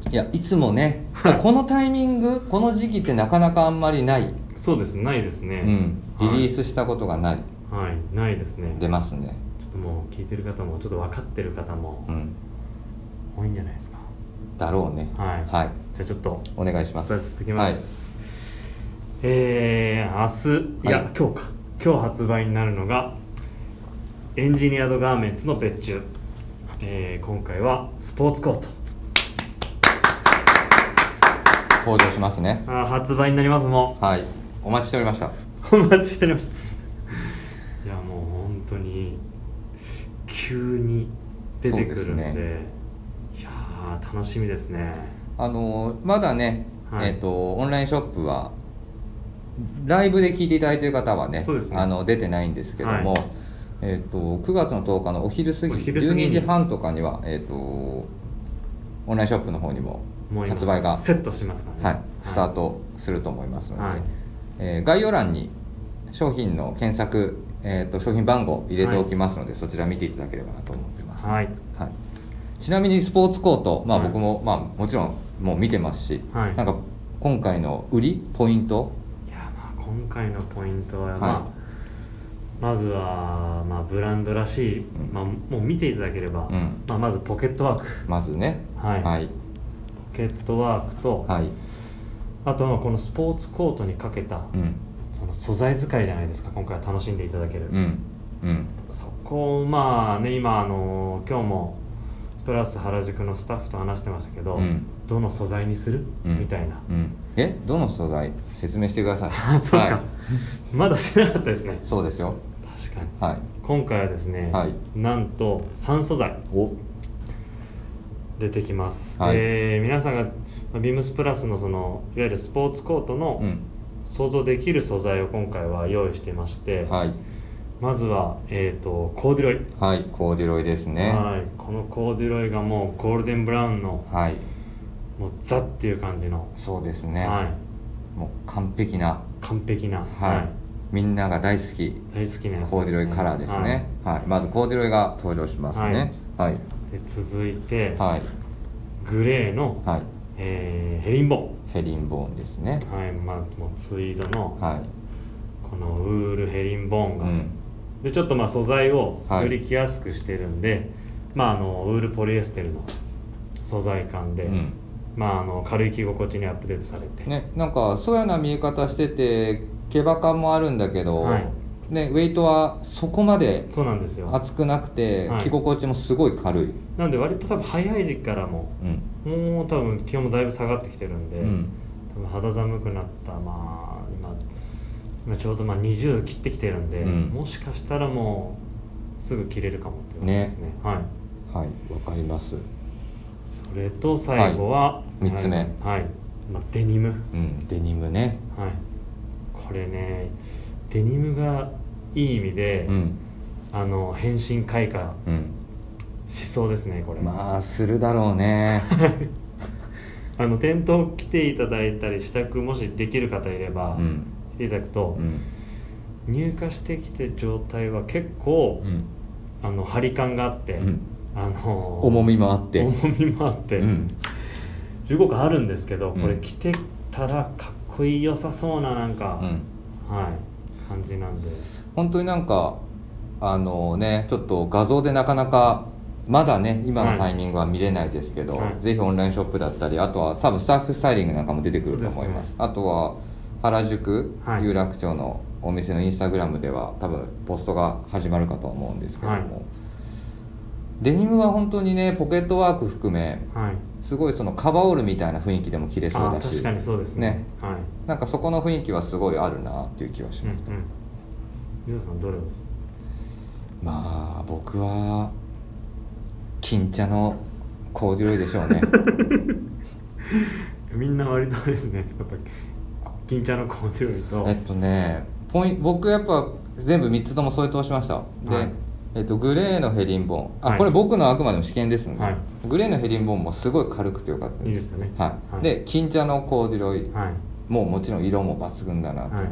[SPEAKER 1] うんいやいつもね、
[SPEAKER 2] はい
[SPEAKER 1] このタイミングこの時期ってなかなかあんまりない、
[SPEAKER 2] そうですねないです
[SPEAKER 1] う
[SPEAKER 2] ね、
[SPEAKER 1] ん、
[SPEAKER 2] は
[SPEAKER 1] リ
[SPEAKER 2] い
[SPEAKER 1] リースしたことがない
[SPEAKER 2] はいないですね
[SPEAKER 1] 出ますね、
[SPEAKER 2] ちょっともう聞いてる方もちょっと分かってる方も
[SPEAKER 1] うん、
[SPEAKER 2] 多いんじゃないですか
[SPEAKER 1] だろうね
[SPEAKER 2] はい
[SPEAKER 1] はい
[SPEAKER 2] じゃあちょっと
[SPEAKER 1] お願いします
[SPEAKER 2] させてきます、えー、明日いや、
[SPEAKER 1] はい
[SPEAKER 2] 今日か今日発売になるのがエンジニアードガーメンツの別注、えー、今回はスポーツコート
[SPEAKER 1] 登場しますね
[SPEAKER 2] あー発売になりますも
[SPEAKER 1] はいお待ちしておりました
[SPEAKER 2] う お待ちしておりましたいやもう本当に急に出てくるんで
[SPEAKER 1] そうで
[SPEAKER 2] いやー楽しみですね
[SPEAKER 1] あのーまだね、
[SPEAKER 2] は
[SPEAKER 1] え
[SPEAKER 2] い
[SPEAKER 1] っとオンラインショップはライブで聞いていただいている方はね
[SPEAKER 2] そうですね
[SPEAKER 1] あの出てないんですけども、
[SPEAKER 2] はい
[SPEAKER 1] えっと9月の10日のお昼過ぎ
[SPEAKER 2] お昼過ぎに
[SPEAKER 1] 12時半とかには、えっとオンラインショップの方にも
[SPEAKER 2] もう今
[SPEAKER 1] 発売が、
[SPEAKER 2] セットしますからね
[SPEAKER 1] はい、スタートすると思いますので、
[SPEAKER 2] はい
[SPEAKER 1] えー概要欄に商品の検索、えっと商品番号入れておきますので、そちら見ていただければなと思っています。
[SPEAKER 2] はい
[SPEAKER 1] はい、ちなみにスポーツコート、まあ、
[SPEAKER 2] はい
[SPEAKER 1] 僕も、まあ、もちろんもう見てますし、
[SPEAKER 2] はい
[SPEAKER 1] なんか今回の売りポイント
[SPEAKER 2] いやまあ今回のポイントは、
[SPEAKER 1] はい
[SPEAKER 2] まあ、まずは、まあ、ブランドらしい、
[SPEAKER 1] うん
[SPEAKER 2] まあ、もう見ていただければ、
[SPEAKER 1] うん
[SPEAKER 2] まあ、まずポケットワーク、
[SPEAKER 1] まずね
[SPEAKER 2] はい
[SPEAKER 1] はい
[SPEAKER 2] ポケットワークと、
[SPEAKER 1] はい
[SPEAKER 2] あとはこのスポーツコートにかけた、
[SPEAKER 1] うん
[SPEAKER 2] その素材使いじゃないですか今回は楽しんでいただける、
[SPEAKER 1] うんうん
[SPEAKER 2] そこをまあね今あの今日もプラス原宿のスタッフと話してましたけど、
[SPEAKER 1] うん
[SPEAKER 2] どの素材にする、
[SPEAKER 1] うん
[SPEAKER 2] みたいな
[SPEAKER 1] うんえどの素材説明してください
[SPEAKER 2] あ そうか、
[SPEAKER 1] はい、
[SPEAKER 2] まだしてなかったですね
[SPEAKER 1] そうですよ
[SPEAKER 2] 確かに
[SPEAKER 1] はい
[SPEAKER 2] 今回はですね、
[SPEAKER 1] はい
[SPEAKER 2] なんと3素材
[SPEAKER 1] お
[SPEAKER 2] 出てきます、
[SPEAKER 1] はい
[SPEAKER 2] で皆さんがまあビームスプラスのそのいわゆるスポーツコート
[SPEAKER 1] う
[SPEAKER 2] の
[SPEAKER 1] ん
[SPEAKER 2] 想像できる素材を今回は用意してまして、
[SPEAKER 1] はい
[SPEAKER 2] まずは、えー、とコーデュロイ、
[SPEAKER 1] はいコーデュロイですね
[SPEAKER 2] はいこのコーデュロイがもうゴールデンブラウンの
[SPEAKER 1] はい
[SPEAKER 2] もうザっていう感じの、
[SPEAKER 1] そうですね、
[SPEAKER 2] はい、
[SPEAKER 1] もう完璧な
[SPEAKER 2] 完璧な、
[SPEAKER 1] はい、みんなが大好き
[SPEAKER 2] 大好きなやつ
[SPEAKER 1] コーデュロイカラーですね、はいまずコーデュロイが登場しますねはい
[SPEAKER 2] はいで続いて、
[SPEAKER 1] はい
[SPEAKER 2] グレーの、
[SPEAKER 1] はい
[SPEAKER 2] えーヘリンボ
[SPEAKER 1] ヘリンボーンですね
[SPEAKER 2] ーン、はいまあ、もうツイードの
[SPEAKER 1] は
[SPEAKER 2] このウールヘリンボーン
[SPEAKER 1] い、
[SPEAKER 2] が、
[SPEAKER 1] うん、
[SPEAKER 2] でちょっとまあ素材を
[SPEAKER 1] はい
[SPEAKER 2] より着やすくしてるんで、まああのウールポリエステルの素材感で、
[SPEAKER 1] うん
[SPEAKER 2] まああの軽い着心地にアップデートされて、
[SPEAKER 1] ねなんかそうやな見え方してて毛羽感もあるんだけど、
[SPEAKER 2] はい
[SPEAKER 1] ね、ウェイトはそこまで
[SPEAKER 2] そうなんですよ
[SPEAKER 1] 厚くなくて、
[SPEAKER 2] はい
[SPEAKER 1] 着心地もすごい軽い、
[SPEAKER 2] なんで割と多分早い時期からも
[SPEAKER 1] うん
[SPEAKER 2] もう多分気温もだいぶ下がってきてるんで、
[SPEAKER 1] うん
[SPEAKER 2] 多分肌寒くなったまあ今今ちょうどまあ20度切ってきてるんで、
[SPEAKER 1] うん
[SPEAKER 2] もしかしたらもうすぐ着れるかもっていう感じですねはい
[SPEAKER 1] はいわかります、
[SPEAKER 2] それと最後は、
[SPEAKER 1] はい三つ目
[SPEAKER 2] はい、まあ、デニム
[SPEAKER 1] うん、デニムね、
[SPEAKER 2] はい、これねデニムがいい意味で、
[SPEAKER 1] うん
[SPEAKER 2] あの変身開花
[SPEAKER 1] うん、
[SPEAKER 2] しそうですねこれ、
[SPEAKER 1] まあするだろうね
[SPEAKER 2] あの店頭来ていただいたり支度もしできる方いれば、
[SPEAKER 1] うん
[SPEAKER 2] 来ていただくと
[SPEAKER 1] う、ん
[SPEAKER 2] 入荷してきて状態は結構、
[SPEAKER 1] うん
[SPEAKER 2] あの張り感があって、
[SPEAKER 1] うん
[SPEAKER 2] あの
[SPEAKER 1] 重みもあって
[SPEAKER 2] 重みもあって、
[SPEAKER 1] うん
[SPEAKER 2] 15個あるんですけど
[SPEAKER 1] うん
[SPEAKER 2] これ着てたらかっこいい良さそうななんか
[SPEAKER 1] う、ん
[SPEAKER 2] はい感じなんで
[SPEAKER 1] 本当になんかあのねちょっと画像でなかなかまだね今のタイミングは見れないですけど、
[SPEAKER 2] はい
[SPEAKER 1] ぜひオンラインショップだったりあとは多分スタッフスタイリングなんかも出てくると
[SPEAKER 2] そ
[SPEAKER 1] 思
[SPEAKER 2] う
[SPEAKER 1] い
[SPEAKER 2] ですね
[SPEAKER 1] ますあとは原宿
[SPEAKER 2] はい
[SPEAKER 1] 有楽町のお店のインスタグラムでは多分ポストが始まるかと思うんですけども、
[SPEAKER 2] はい
[SPEAKER 1] デニムは本当にねポケットワーク含め
[SPEAKER 2] はい
[SPEAKER 1] すごいそのカバーオールみたいな雰囲気でも着れそう
[SPEAKER 2] あ
[SPEAKER 1] だし
[SPEAKER 2] ー確かにそうですね
[SPEAKER 1] ね
[SPEAKER 2] はい
[SPEAKER 1] なんかそこの雰囲気はすごいあるなっていう気はし
[SPEAKER 2] うんう
[SPEAKER 1] ま
[SPEAKER 2] ん
[SPEAKER 1] す、
[SPEAKER 2] 皆さんどれをです
[SPEAKER 1] まあ僕は金茶のこうじるでしょう ね
[SPEAKER 2] みんな割とですねやっぱ金ちゃんのコーデュロイと
[SPEAKER 1] えっとねポイン僕やっぱ全部3つともそういう通しましたで、
[SPEAKER 2] はい
[SPEAKER 1] えっと、グレーのヘリンボーンあ、
[SPEAKER 2] はい
[SPEAKER 1] これ僕のあくまでも試験ですので、
[SPEAKER 2] はい
[SPEAKER 1] グレーのヘリンボーンもすごい軽くてよかったです
[SPEAKER 2] いいですよね
[SPEAKER 1] はい
[SPEAKER 2] はい
[SPEAKER 1] で金茶のコーデュロイ
[SPEAKER 2] はい
[SPEAKER 1] ももちろん色も抜群だなと、
[SPEAKER 2] はい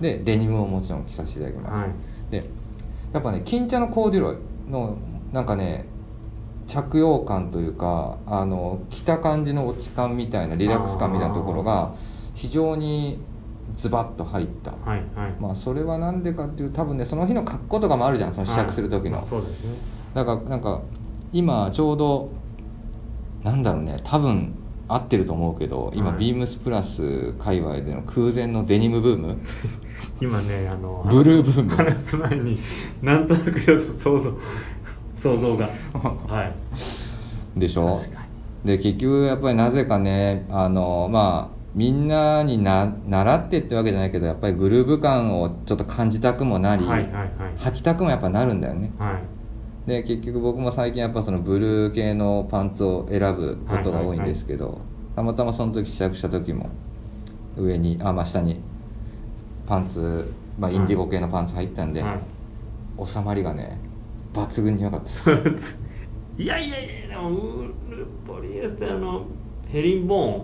[SPEAKER 1] でデニムももちろん着させていただきました、
[SPEAKER 2] はい
[SPEAKER 1] でやっぱね金茶のコーデュロイのなんかね着用感というかあの着た感じの落ち感みたいなリラックス感みたいなところが非常にズバッと入った
[SPEAKER 2] はいはい
[SPEAKER 1] まあそれはなんでかっていう多分ねその日の格好とかもあるじゃんその試着する時の、
[SPEAKER 2] はいまあそうですね
[SPEAKER 1] だからなんか今ちょうどなんだろうね多分合ってると思うけど今、
[SPEAKER 2] はい
[SPEAKER 1] ビームスプラス界隈での空前のデニムブーム
[SPEAKER 2] 今ねあの
[SPEAKER 1] ブルーブーム
[SPEAKER 2] 話す前になんとなくちょっと想像想 像がはい
[SPEAKER 1] でしょ
[SPEAKER 2] 確かに
[SPEAKER 1] で結局やっぱりなぜかねあのまあみんなにな習ってってわけじゃないけどやっぱりグルーヴ感をちょっと感じたくもなり、
[SPEAKER 2] はいはいはい
[SPEAKER 1] 履きたくもやっぱなるんだよね
[SPEAKER 2] はい
[SPEAKER 1] で結局僕も最近やっぱそのブルー系のパンツを選ぶことが多いんですけど、たまたまその時試着した時も上にあまあ下にパンツ、まあ、インディゴ系のパンツ入ったんで、
[SPEAKER 2] はい
[SPEAKER 1] 収まりがね抜群に良かったです
[SPEAKER 2] いやいやいやでもウールポリエステルのヘリンボーン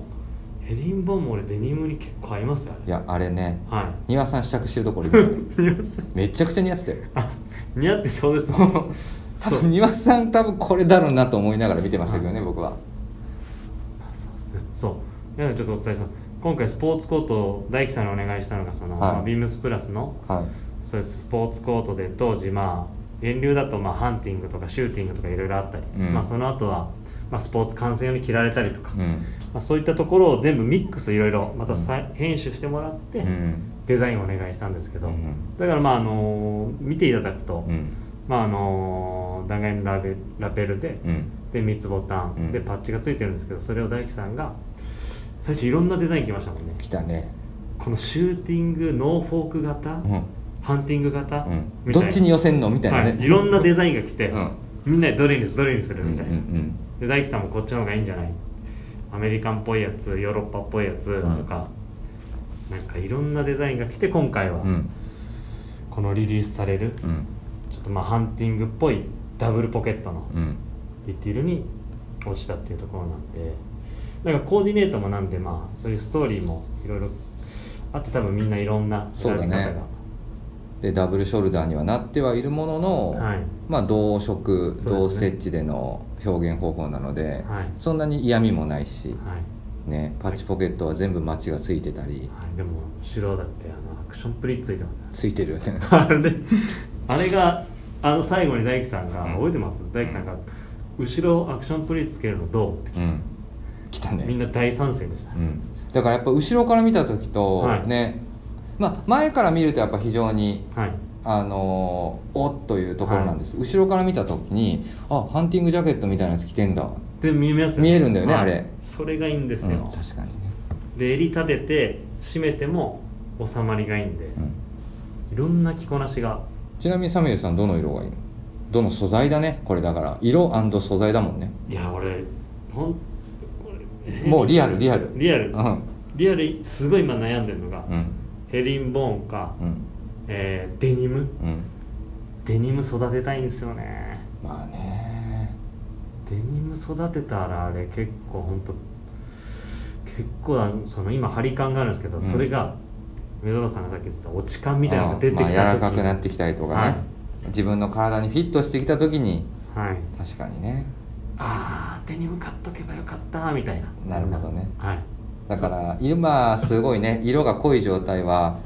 [SPEAKER 2] ヘリンボーンも俺デニムに結構合いますよ
[SPEAKER 1] い
[SPEAKER 2] ね
[SPEAKER 1] やあれね
[SPEAKER 2] は
[SPEAKER 1] 庭さん試着してるところ見たね
[SPEAKER 2] い似合って
[SPEAKER 1] めちゃくちゃ似合ってたよ
[SPEAKER 2] あ似合ってそうですもん
[SPEAKER 1] 多
[SPEAKER 2] そう
[SPEAKER 1] 分庭さん多分これだろうなと思いながら見てましたけどね僕は
[SPEAKER 2] あそうですねそう皆さんちょっとお伝えした今回スポーツコートを大樹さんにお願いしたのがその、
[SPEAKER 1] はい
[SPEAKER 2] まあビームスプラスの
[SPEAKER 1] はい
[SPEAKER 2] そうですスポーツコートで当時まあ源流だとまあハンティングとかシューティングとかいろいろあったり、
[SPEAKER 1] うん
[SPEAKER 2] まあ、その後はまあスポーツ観戦用に着られたりとか、
[SPEAKER 1] う
[SPEAKER 2] ま
[SPEAKER 1] ん
[SPEAKER 2] あ、そういったところを全部ミックスいろいろまたさ、編集してもらって
[SPEAKER 1] うん
[SPEAKER 2] デザインをお願いしたんですけど、
[SPEAKER 1] うん
[SPEAKER 2] だからまああのー見ていただくと、
[SPEAKER 1] うん
[SPEAKER 2] まああのー断崖のラベラベルで、
[SPEAKER 1] うん
[SPEAKER 2] で3つボタン、
[SPEAKER 1] うん
[SPEAKER 2] でパッチがついてるんですけどそれを大樹さんが最初いろんなデザインきましたもんね
[SPEAKER 1] 来たね
[SPEAKER 2] このシューティングノーフォーク型、
[SPEAKER 1] うん
[SPEAKER 2] ハンティング型、
[SPEAKER 1] うん
[SPEAKER 2] みた
[SPEAKER 1] ど
[SPEAKER 2] いな
[SPEAKER 1] っちに寄せんのみたいな
[SPEAKER 2] はい、
[SPEAKER 1] ね
[SPEAKER 2] いろんなデザインが来て、
[SPEAKER 1] うん
[SPEAKER 2] みんなでどれにするどれにす
[SPEAKER 1] う
[SPEAKER 2] る
[SPEAKER 1] ん
[SPEAKER 2] み
[SPEAKER 1] うん
[SPEAKER 2] た
[SPEAKER 1] う
[SPEAKER 2] いな、
[SPEAKER 1] ん
[SPEAKER 2] で大樹さんもこっちの方がいいんじゃないアメリカンっぽいやつヨーロッパっぽいやつとか、なんかいろんなデザインが来て今回は
[SPEAKER 1] うん
[SPEAKER 2] このリリースされる、
[SPEAKER 1] うん
[SPEAKER 2] ちょっとまあハンティングっぽいダブルポケットの
[SPEAKER 1] うん
[SPEAKER 2] ディティールに落ちたっていうところなんでなんかコーディネートもなんでまあそういうストーリーもいろいろあって多分みんないろんな
[SPEAKER 1] そうだね
[SPEAKER 2] 選び方
[SPEAKER 1] でダブルショルダーにはなってはいるものの、
[SPEAKER 2] がはい
[SPEAKER 1] まあ同色、
[SPEAKER 2] そう
[SPEAKER 1] 同
[SPEAKER 2] ですね
[SPEAKER 1] 設置での表現方法なので、
[SPEAKER 2] はいはい
[SPEAKER 1] そんなに嫌味もないし、
[SPEAKER 2] はい、
[SPEAKER 1] ね、パッチポケットは全部マッチがついてたり、
[SPEAKER 2] でも後ろだってあのアクションプリついてますよね
[SPEAKER 1] ついてるよ ね
[SPEAKER 2] あれあれがあの最後に大樹さんが、
[SPEAKER 1] うん
[SPEAKER 2] 覚えてます大樹さんが後ろアクションプリつけるのどうって
[SPEAKER 1] うん来たね
[SPEAKER 2] みんな大賛成でした、
[SPEAKER 1] うん、だからやっぱ後ろから見た時と、
[SPEAKER 2] はい
[SPEAKER 1] ね、まあ、前から見るとやっぱ非常に、
[SPEAKER 2] はい
[SPEAKER 1] あのーおっというところなんです、後ろから見た時にあハンティングジャケットみたいなやつ着てんだ、う
[SPEAKER 2] で見えますよ
[SPEAKER 1] 見えるんだよね
[SPEAKER 2] はい
[SPEAKER 1] あれ
[SPEAKER 2] それがいいんで
[SPEAKER 1] ん、
[SPEAKER 2] すよ、
[SPEAKER 1] 確かにね、
[SPEAKER 2] で襟立てて締めても収まりがいいんで、
[SPEAKER 1] うん、
[SPEAKER 2] いろんな着こなしが
[SPEAKER 1] ちなみにサミュエルさんどの色がいいのどの素材だねこれだから色素材だもんね
[SPEAKER 2] いや俺ほん俺
[SPEAKER 1] もうリアルリアル
[SPEAKER 2] リアル
[SPEAKER 1] うん
[SPEAKER 2] リアルすごい今悩んでるのが、
[SPEAKER 1] うん
[SPEAKER 2] ヘリンボーンか、
[SPEAKER 1] うん
[SPEAKER 2] えーデニム
[SPEAKER 1] うん
[SPEAKER 2] デニム育てたいんですよね
[SPEAKER 1] まあね
[SPEAKER 2] デニム育てたらあれ結構ほんと結構あのその今張り感があるんですけど、
[SPEAKER 1] うん
[SPEAKER 2] それがメドロさんがさっき言ってた落ち感みたいなのが出てきた
[SPEAKER 1] あ
[SPEAKER 2] 時
[SPEAKER 1] ーまあ、柔らかくなってきたりとかね、
[SPEAKER 2] はい
[SPEAKER 1] 自分の体にフィットしてきた時に
[SPEAKER 2] はい
[SPEAKER 1] 確かにね
[SPEAKER 2] あーデニム買っとけばよかったみたいな
[SPEAKER 1] なるほどね
[SPEAKER 2] はい
[SPEAKER 1] だから今すごいね色が濃い状態は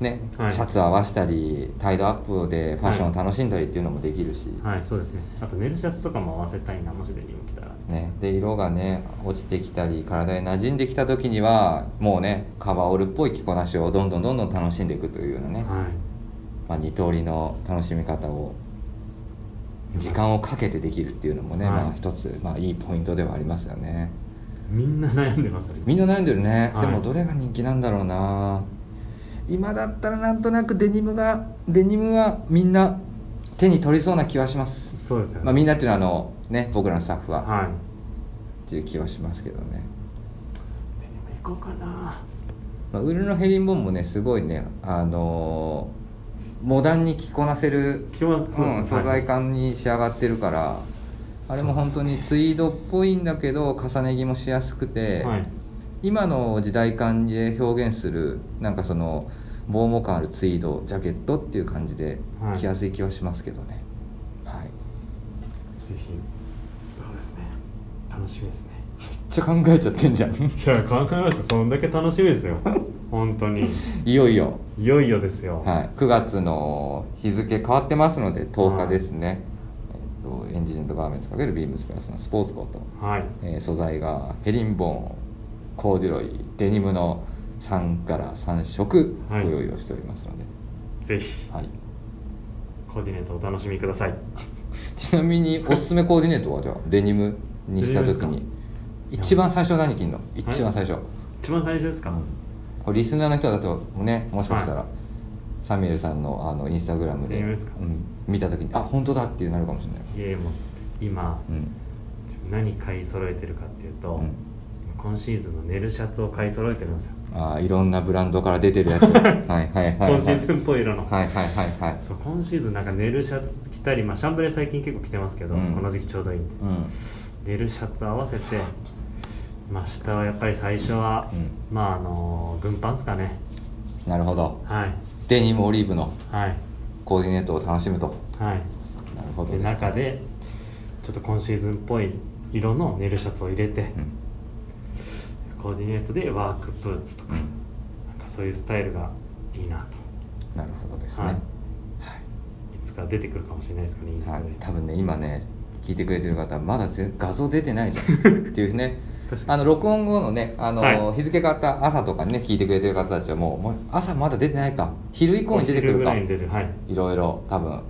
[SPEAKER 1] ね、
[SPEAKER 2] はい
[SPEAKER 1] シャツを合わせたりタイドアップでファッションを楽しんだりっていうのもできるし、
[SPEAKER 2] はいそうですねあとネルシャツとかも合わせたいなもしデニム着たら
[SPEAKER 1] ね、で色がね落ちてきたり体に馴染んできた時にはもうねカバーオールっぽい着こなしをどんどんどんどん楽しんでいくというようなね、
[SPEAKER 2] はい
[SPEAKER 1] まあ、二通りの楽しみ方を時間をかけてできるっていうのもね、
[SPEAKER 2] はい
[SPEAKER 1] まあ、一つ、まあ、いいポイントではありますよね
[SPEAKER 2] みんな悩んでますよね
[SPEAKER 1] みんな悩んでるね、
[SPEAKER 2] はい
[SPEAKER 1] でもどれが人気なんだろうな今だったらなんとなくデニムがデニムはみんな手に取りそうな気はします、
[SPEAKER 2] そうですよね、
[SPEAKER 1] まあ、みんなっていうのはあのね僕らのスタッフは
[SPEAKER 2] はい
[SPEAKER 1] っていう気はしますけどね、
[SPEAKER 2] デニム行こうかな
[SPEAKER 1] まあ、ウールのヘリンボーンもねすごいねあのーモダンに着こなせる
[SPEAKER 2] 着ますそうですね
[SPEAKER 1] うん素材感に仕上がってるから、あれも本当にツイードっぽいんだけど重ね着もしやすくて、
[SPEAKER 2] はい
[SPEAKER 1] 今の時代感で表現するなんかその防毛感あるツイードジャケットっていう感じで
[SPEAKER 2] はい
[SPEAKER 1] 着やすい気はしますけどね、はい
[SPEAKER 2] ぜひそうですね楽しみですね
[SPEAKER 1] めっちゃ考えちゃってんじゃん
[SPEAKER 2] いや考えましたそんだけ楽しみですよ本当に
[SPEAKER 1] いよいよ、
[SPEAKER 2] いよいよですよ、
[SPEAKER 1] はい、9月の日付変わってますので10日ですね、えっとエンジンとガーメンツかけるビームスプラスのスポーツコート、
[SPEAKER 2] はい
[SPEAKER 1] えー素材がヘリンボーンコーデュロイデニムの3から3色ご
[SPEAKER 2] はい
[SPEAKER 1] 用意をしておりますので、
[SPEAKER 2] ぜひ
[SPEAKER 1] はい
[SPEAKER 2] コーディネートお楽しみください
[SPEAKER 1] ちなみにおすすめコーディネートはじゃあデニムにした時に
[SPEAKER 2] デニムですか
[SPEAKER 1] 一番最初何着んの一番最初、
[SPEAKER 2] 一番最初ですか、
[SPEAKER 1] うんこれリスナーの人だとねもしかしたら、サミュエルさんのあのインスタグラムで
[SPEAKER 2] デニムですか
[SPEAKER 1] うん、見た時にあ本当だってなるかもしれない、
[SPEAKER 2] いえもう今
[SPEAKER 1] うん
[SPEAKER 2] 自分何買い揃えてるかっていうと、
[SPEAKER 1] うん
[SPEAKER 2] 今シーズンの寝るシャツを買い揃えてるんですよ、
[SPEAKER 1] あーいろんなブランドから出て るやつはいはいはいはい
[SPEAKER 2] 今シーズンっぽい色の、
[SPEAKER 1] はいはいはいはい
[SPEAKER 2] そう今シーズンなんか寝るシャツ着たり、まあ、シャンブレー最近結構着てますけど、
[SPEAKER 1] うん
[SPEAKER 2] この時期ちょうどいいんで
[SPEAKER 1] うん
[SPEAKER 2] 寝るシャツ合わせて、まあ、下はやっぱり最初は、
[SPEAKER 1] う
[SPEAKER 2] まああの軍パンですかね
[SPEAKER 1] なるほど
[SPEAKER 2] はい
[SPEAKER 1] デニムオリーブの
[SPEAKER 2] はい
[SPEAKER 1] コーディネートを楽しむと
[SPEAKER 2] はい
[SPEAKER 1] なるほど
[SPEAKER 2] で
[SPEAKER 1] です
[SPEAKER 2] 中でちょっと今シーズンっぽい色の寝るシャツを入れて、
[SPEAKER 1] うん
[SPEAKER 2] コーディネートでワークブーツとかなんかそういうスタイルがいいな
[SPEAKER 1] なるほどです
[SPEAKER 2] と、
[SPEAKER 1] ね、
[SPEAKER 2] はいいつか出てくるかもしれないですかねインス
[SPEAKER 1] は
[SPEAKER 2] タ
[SPEAKER 1] い
[SPEAKER 2] で、、
[SPEAKER 1] 多分ね今ね聞いてくれてる方まだぜ画像出てない じゃんっていうね
[SPEAKER 2] 確か
[SPEAKER 1] あ
[SPEAKER 2] に
[SPEAKER 1] の録音後のねあの、
[SPEAKER 2] は
[SPEAKER 1] 日付変わった朝とかにね聞いてくれてる方たちはもうもう朝まだ出てないか昼以降に出てく
[SPEAKER 2] お昼
[SPEAKER 1] る
[SPEAKER 2] ぐ
[SPEAKER 1] から
[SPEAKER 2] いに
[SPEAKER 1] い
[SPEAKER 2] 出るはい
[SPEAKER 1] ろいろ多分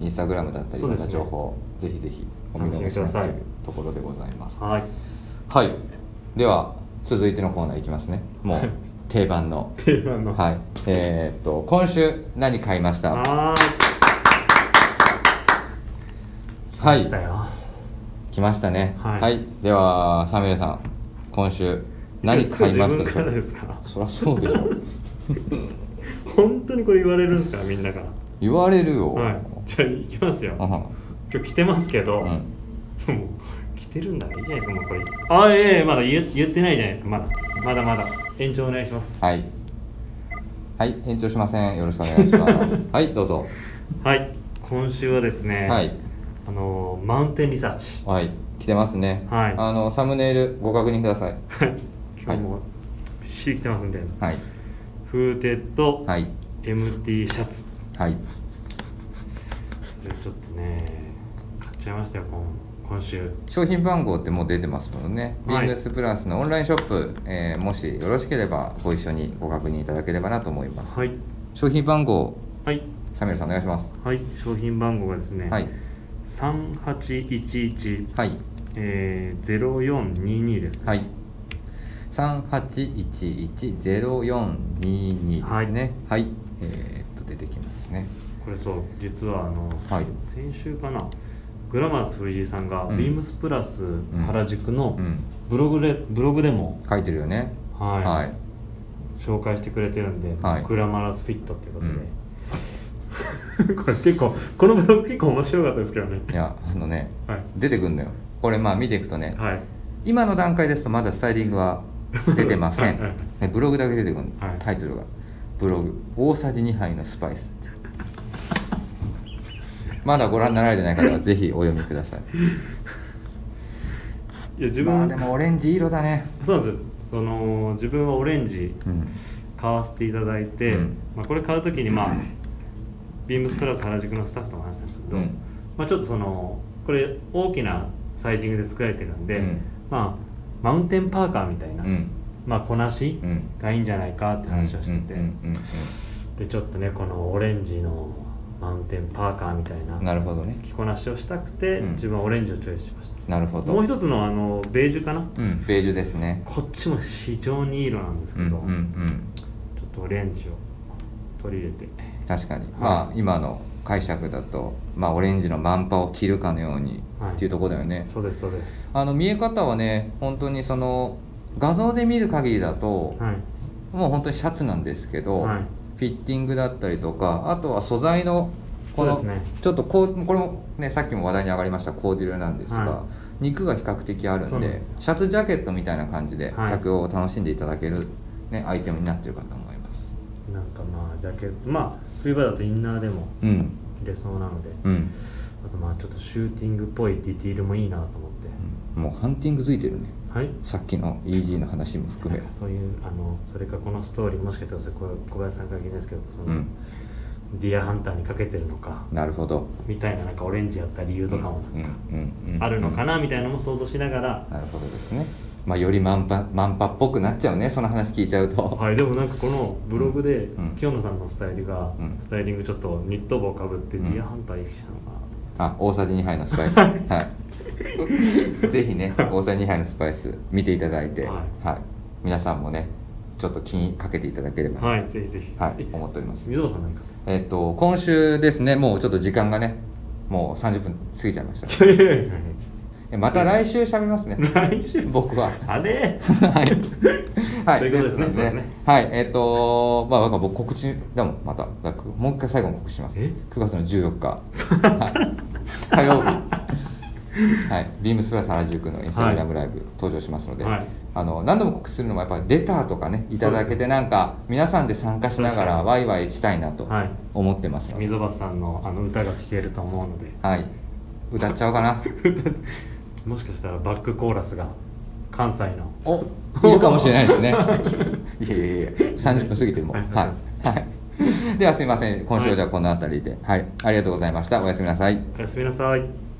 [SPEAKER 1] インスタグラムだったりい
[SPEAKER 2] そ
[SPEAKER 1] ろ
[SPEAKER 2] うんです
[SPEAKER 1] な
[SPEAKER 2] ね
[SPEAKER 1] 情報をぜひぜひお見逃しなくと
[SPEAKER 2] 楽
[SPEAKER 1] い
[SPEAKER 2] しみにしてくださいう
[SPEAKER 1] ところでございます
[SPEAKER 2] はい
[SPEAKER 1] はいでは続いてのコーナーいきますねもう 定番の
[SPEAKER 2] 定番の
[SPEAKER 1] はいえーっと今週何買いました
[SPEAKER 2] は
[SPEAKER 1] は
[SPEAKER 2] ーい
[SPEAKER 1] い
[SPEAKER 2] 来たよ
[SPEAKER 1] 来ましたねは、
[SPEAKER 2] はいい
[SPEAKER 1] ではサミュエルさん今週何買いまし
[SPEAKER 2] 自分
[SPEAKER 1] た
[SPEAKER 2] からで
[SPEAKER 1] か
[SPEAKER 2] すか
[SPEAKER 1] そりゃそうでしょ
[SPEAKER 2] 本当にこれ言われるんですからみんなから
[SPEAKER 1] 言われるよ、
[SPEAKER 2] はいじゃあ行きますよ今日着てますけど、
[SPEAKER 1] うんうん
[SPEAKER 2] もう着てるんだいいじゃないですかもうこれあいえいえまだ言え言ってないじゃないですかまだまだまだ延長お願いします
[SPEAKER 1] はいはい延長しませんよろしくお願いします はいどうぞ
[SPEAKER 2] はい今週はですね、
[SPEAKER 1] はい
[SPEAKER 2] あのマウンテンリサーチ
[SPEAKER 1] はい来てますね、
[SPEAKER 2] はい
[SPEAKER 1] あのサムネイルご確認ください
[SPEAKER 2] 今日もびっしり着てますんで、
[SPEAKER 1] はい
[SPEAKER 2] フーテッド、
[SPEAKER 1] はい
[SPEAKER 2] MT シャツ
[SPEAKER 1] はい
[SPEAKER 2] それちょっとね買っちゃいましたよ今今週
[SPEAKER 1] 商品番号ってもう出てますもんね、
[SPEAKER 2] はい
[SPEAKER 1] ビームスプラスのオンラインショップ、えーもしよろしければご一緒にご確認いただければなと思います
[SPEAKER 2] はい
[SPEAKER 1] 商品番号
[SPEAKER 2] はい
[SPEAKER 1] サミュエルさんお願いします
[SPEAKER 2] はい商品番号がですね、
[SPEAKER 1] はい
[SPEAKER 2] 3811、
[SPEAKER 1] はい
[SPEAKER 2] えー、0422ですね
[SPEAKER 1] はい。三八一一ゼロ四二二ですね。はい。えーっと出てきますね。
[SPEAKER 2] これそう実はあの、
[SPEAKER 1] はい
[SPEAKER 2] 先週かなグラマース藤井さんが、
[SPEAKER 1] うん
[SPEAKER 2] ビームスプラス
[SPEAKER 1] ん
[SPEAKER 2] 原宿の
[SPEAKER 1] うん。
[SPEAKER 2] ブログで,、ブログでも、
[SPEAKER 1] 書いてるよね。
[SPEAKER 2] はい
[SPEAKER 1] はい。
[SPEAKER 2] 紹介してくれてるんで、
[SPEAKER 1] はい
[SPEAKER 2] グラマラスフィットっていうこと
[SPEAKER 1] う
[SPEAKER 2] で、
[SPEAKER 1] ん
[SPEAKER 2] これ結構このブログ結構面白かったですけどね
[SPEAKER 1] いやあのね
[SPEAKER 2] はい
[SPEAKER 1] 出てくんのよ。これまあ見ていくとね、
[SPEAKER 2] はい
[SPEAKER 1] 今の段階ですとまだスタイリングは出てませ
[SPEAKER 2] はい
[SPEAKER 1] ん。ねブログだけ出てくるの、
[SPEAKER 2] はい
[SPEAKER 1] タイトルがブログ大さじ二杯のスパイ ス。まだご覧になられてない方はぜひお読みください。
[SPEAKER 2] いや自分、
[SPEAKER 1] まあでもオレンジ色だね。
[SPEAKER 2] そうなんですよその自分はオレンジ
[SPEAKER 1] うん。
[SPEAKER 2] 買わせていただいて、
[SPEAKER 1] うん
[SPEAKER 2] まあ、これ買う時にまあビームスプラス原宿のスタッフとも話したんですけど、
[SPEAKER 1] うん
[SPEAKER 2] まあ、ちょっとそのこれ大きなサイジングで作られてるんで、
[SPEAKER 1] うん
[SPEAKER 2] まあマウンテンパーカーみたいな、
[SPEAKER 1] うん。
[SPEAKER 2] まあ、こなし
[SPEAKER 1] うん。
[SPEAKER 2] がいいんじゃないかって話をしてて、
[SPEAKER 1] うんうんうん
[SPEAKER 2] でちょっとねこのオレンジのマウンテンパーカーみたい
[SPEAKER 1] うん
[SPEAKER 2] な
[SPEAKER 1] なるほどね
[SPEAKER 2] 着こなしをしたくて、
[SPEAKER 1] うん
[SPEAKER 2] 自分はオレンジをチョイスしました
[SPEAKER 1] なるほど
[SPEAKER 2] もう一つのあのベージュかな
[SPEAKER 1] うんベージュですね
[SPEAKER 2] こっちも非常にいい色なんです
[SPEAKER 1] う
[SPEAKER 2] け
[SPEAKER 1] んうん
[SPEAKER 2] ど、
[SPEAKER 1] うん
[SPEAKER 2] ちょっとオレンジを取り入れて
[SPEAKER 1] 確かに、
[SPEAKER 2] い
[SPEAKER 1] まあ今の解釈だと、まあ、オレンジのマンパを着るかのように、
[SPEAKER 2] はい
[SPEAKER 1] っていうところだよね
[SPEAKER 2] そうですそうです
[SPEAKER 1] あの見え方はね本当にその画像で見る限りだと、
[SPEAKER 2] はい
[SPEAKER 1] もう本当にシャツなんですけど、
[SPEAKER 2] はい
[SPEAKER 1] フィッティングだったりとかあとは素材のこの
[SPEAKER 2] そうですね
[SPEAKER 1] ちょっとこうこれもねさっきも話題に上がりましたコーデュロなんですが、
[SPEAKER 2] は
[SPEAKER 1] 肉が比較的ある
[SPEAKER 2] そ
[SPEAKER 1] ん
[SPEAKER 2] うなん
[SPEAKER 1] で
[SPEAKER 2] ですよ
[SPEAKER 1] シャツジャケットみたいな感じで
[SPEAKER 2] はい
[SPEAKER 1] 着用を楽しんでいただける、ねアイテムになってるかと思います
[SPEAKER 2] なんかまあジャケットまあ冬場だとインナーでも
[SPEAKER 1] うん
[SPEAKER 2] 入れそうなので
[SPEAKER 1] うん、
[SPEAKER 2] あとまあちょっとシューティングっぽいディティールもいいなと思って、
[SPEAKER 1] うん、もうハンティング付いてるね
[SPEAKER 2] はい
[SPEAKER 1] さっきの EG の話も含
[SPEAKER 2] なん
[SPEAKER 1] め
[SPEAKER 2] かそういうあのそれかこのストーリーもしかしたらそれこれ小林さんから聞いたんですけどその、
[SPEAKER 1] うん
[SPEAKER 2] ディアハンターにかけてるのか
[SPEAKER 1] なるほど
[SPEAKER 2] みたいななんかオレンジやった理由とかも
[SPEAKER 1] う
[SPEAKER 2] なん
[SPEAKER 1] ん
[SPEAKER 2] か
[SPEAKER 1] うんうん
[SPEAKER 2] あるのかなみたいなのも想像しながら、
[SPEAKER 1] なるほどですねまあよりマンパマンパっぽくなっちゃうねその話聞いちゃうと、
[SPEAKER 2] はい、でもなんかこのブログで
[SPEAKER 1] うん
[SPEAKER 2] 清野さんのスタイルが、
[SPEAKER 1] うん
[SPEAKER 2] スタイリングちょっとニット帽かぶって
[SPEAKER 1] う
[SPEAKER 2] デ
[SPEAKER 1] ん
[SPEAKER 2] ィアハンター意識したのかなと、
[SPEAKER 1] あ大さじ2杯のスパイスはいぜひね大さじ2杯のスパイス見ていただいて、は
[SPEAKER 2] はい
[SPEAKER 1] 皆さんもねちょっと気にかけていただければ、
[SPEAKER 2] はいぜひぜひ、
[SPEAKER 1] はい
[SPEAKER 2] え
[SPEAKER 1] 思っております
[SPEAKER 2] 水野さん何かあったんです
[SPEAKER 1] えっ、と今週ですねもうちょっと時間がねもう30分過ぎちゃいました
[SPEAKER 2] か いやいやいや
[SPEAKER 1] えまた来週しゃべり ますね
[SPEAKER 2] 来週
[SPEAKER 1] 僕は
[SPEAKER 2] あれ
[SPEAKER 1] はい。はい。
[SPEAKER 2] ということですね
[SPEAKER 1] の
[SPEAKER 2] そうですね
[SPEAKER 1] はい。えっ、とまあ、なんか僕告知、でも、また、なんかもう一回最後に告知します。
[SPEAKER 2] え
[SPEAKER 1] 9月の14日。 はい火曜日。はい、ビームスプラス原宿のインスタグラムライブ登場しますので、
[SPEAKER 2] はい
[SPEAKER 1] あの何度も告知するのもやっぱりレターとかねいただ
[SPEAKER 2] そ
[SPEAKER 1] けて
[SPEAKER 2] うです
[SPEAKER 1] なんか皆さんで参加しなが
[SPEAKER 2] 確からに
[SPEAKER 1] ワイワイしたいなと
[SPEAKER 2] はい
[SPEAKER 1] 思ってますので、
[SPEAKER 2] 溝端さんのあの歌が聴けると思うので
[SPEAKER 1] はい、歌っちゃおうかな
[SPEAKER 2] もしかしたらバックコーラスが関西の
[SPEAKER 1] お いるかもしれないですね いやいやいや30分過ぎてるもん
[SPEAKER 2] は
[SPEAKER 1] はいい、はい、ではすいません今週はじゃあこの辺りではい、ありがとうございましたおやすみなさい
[SPEAKER 2] おやすみなさい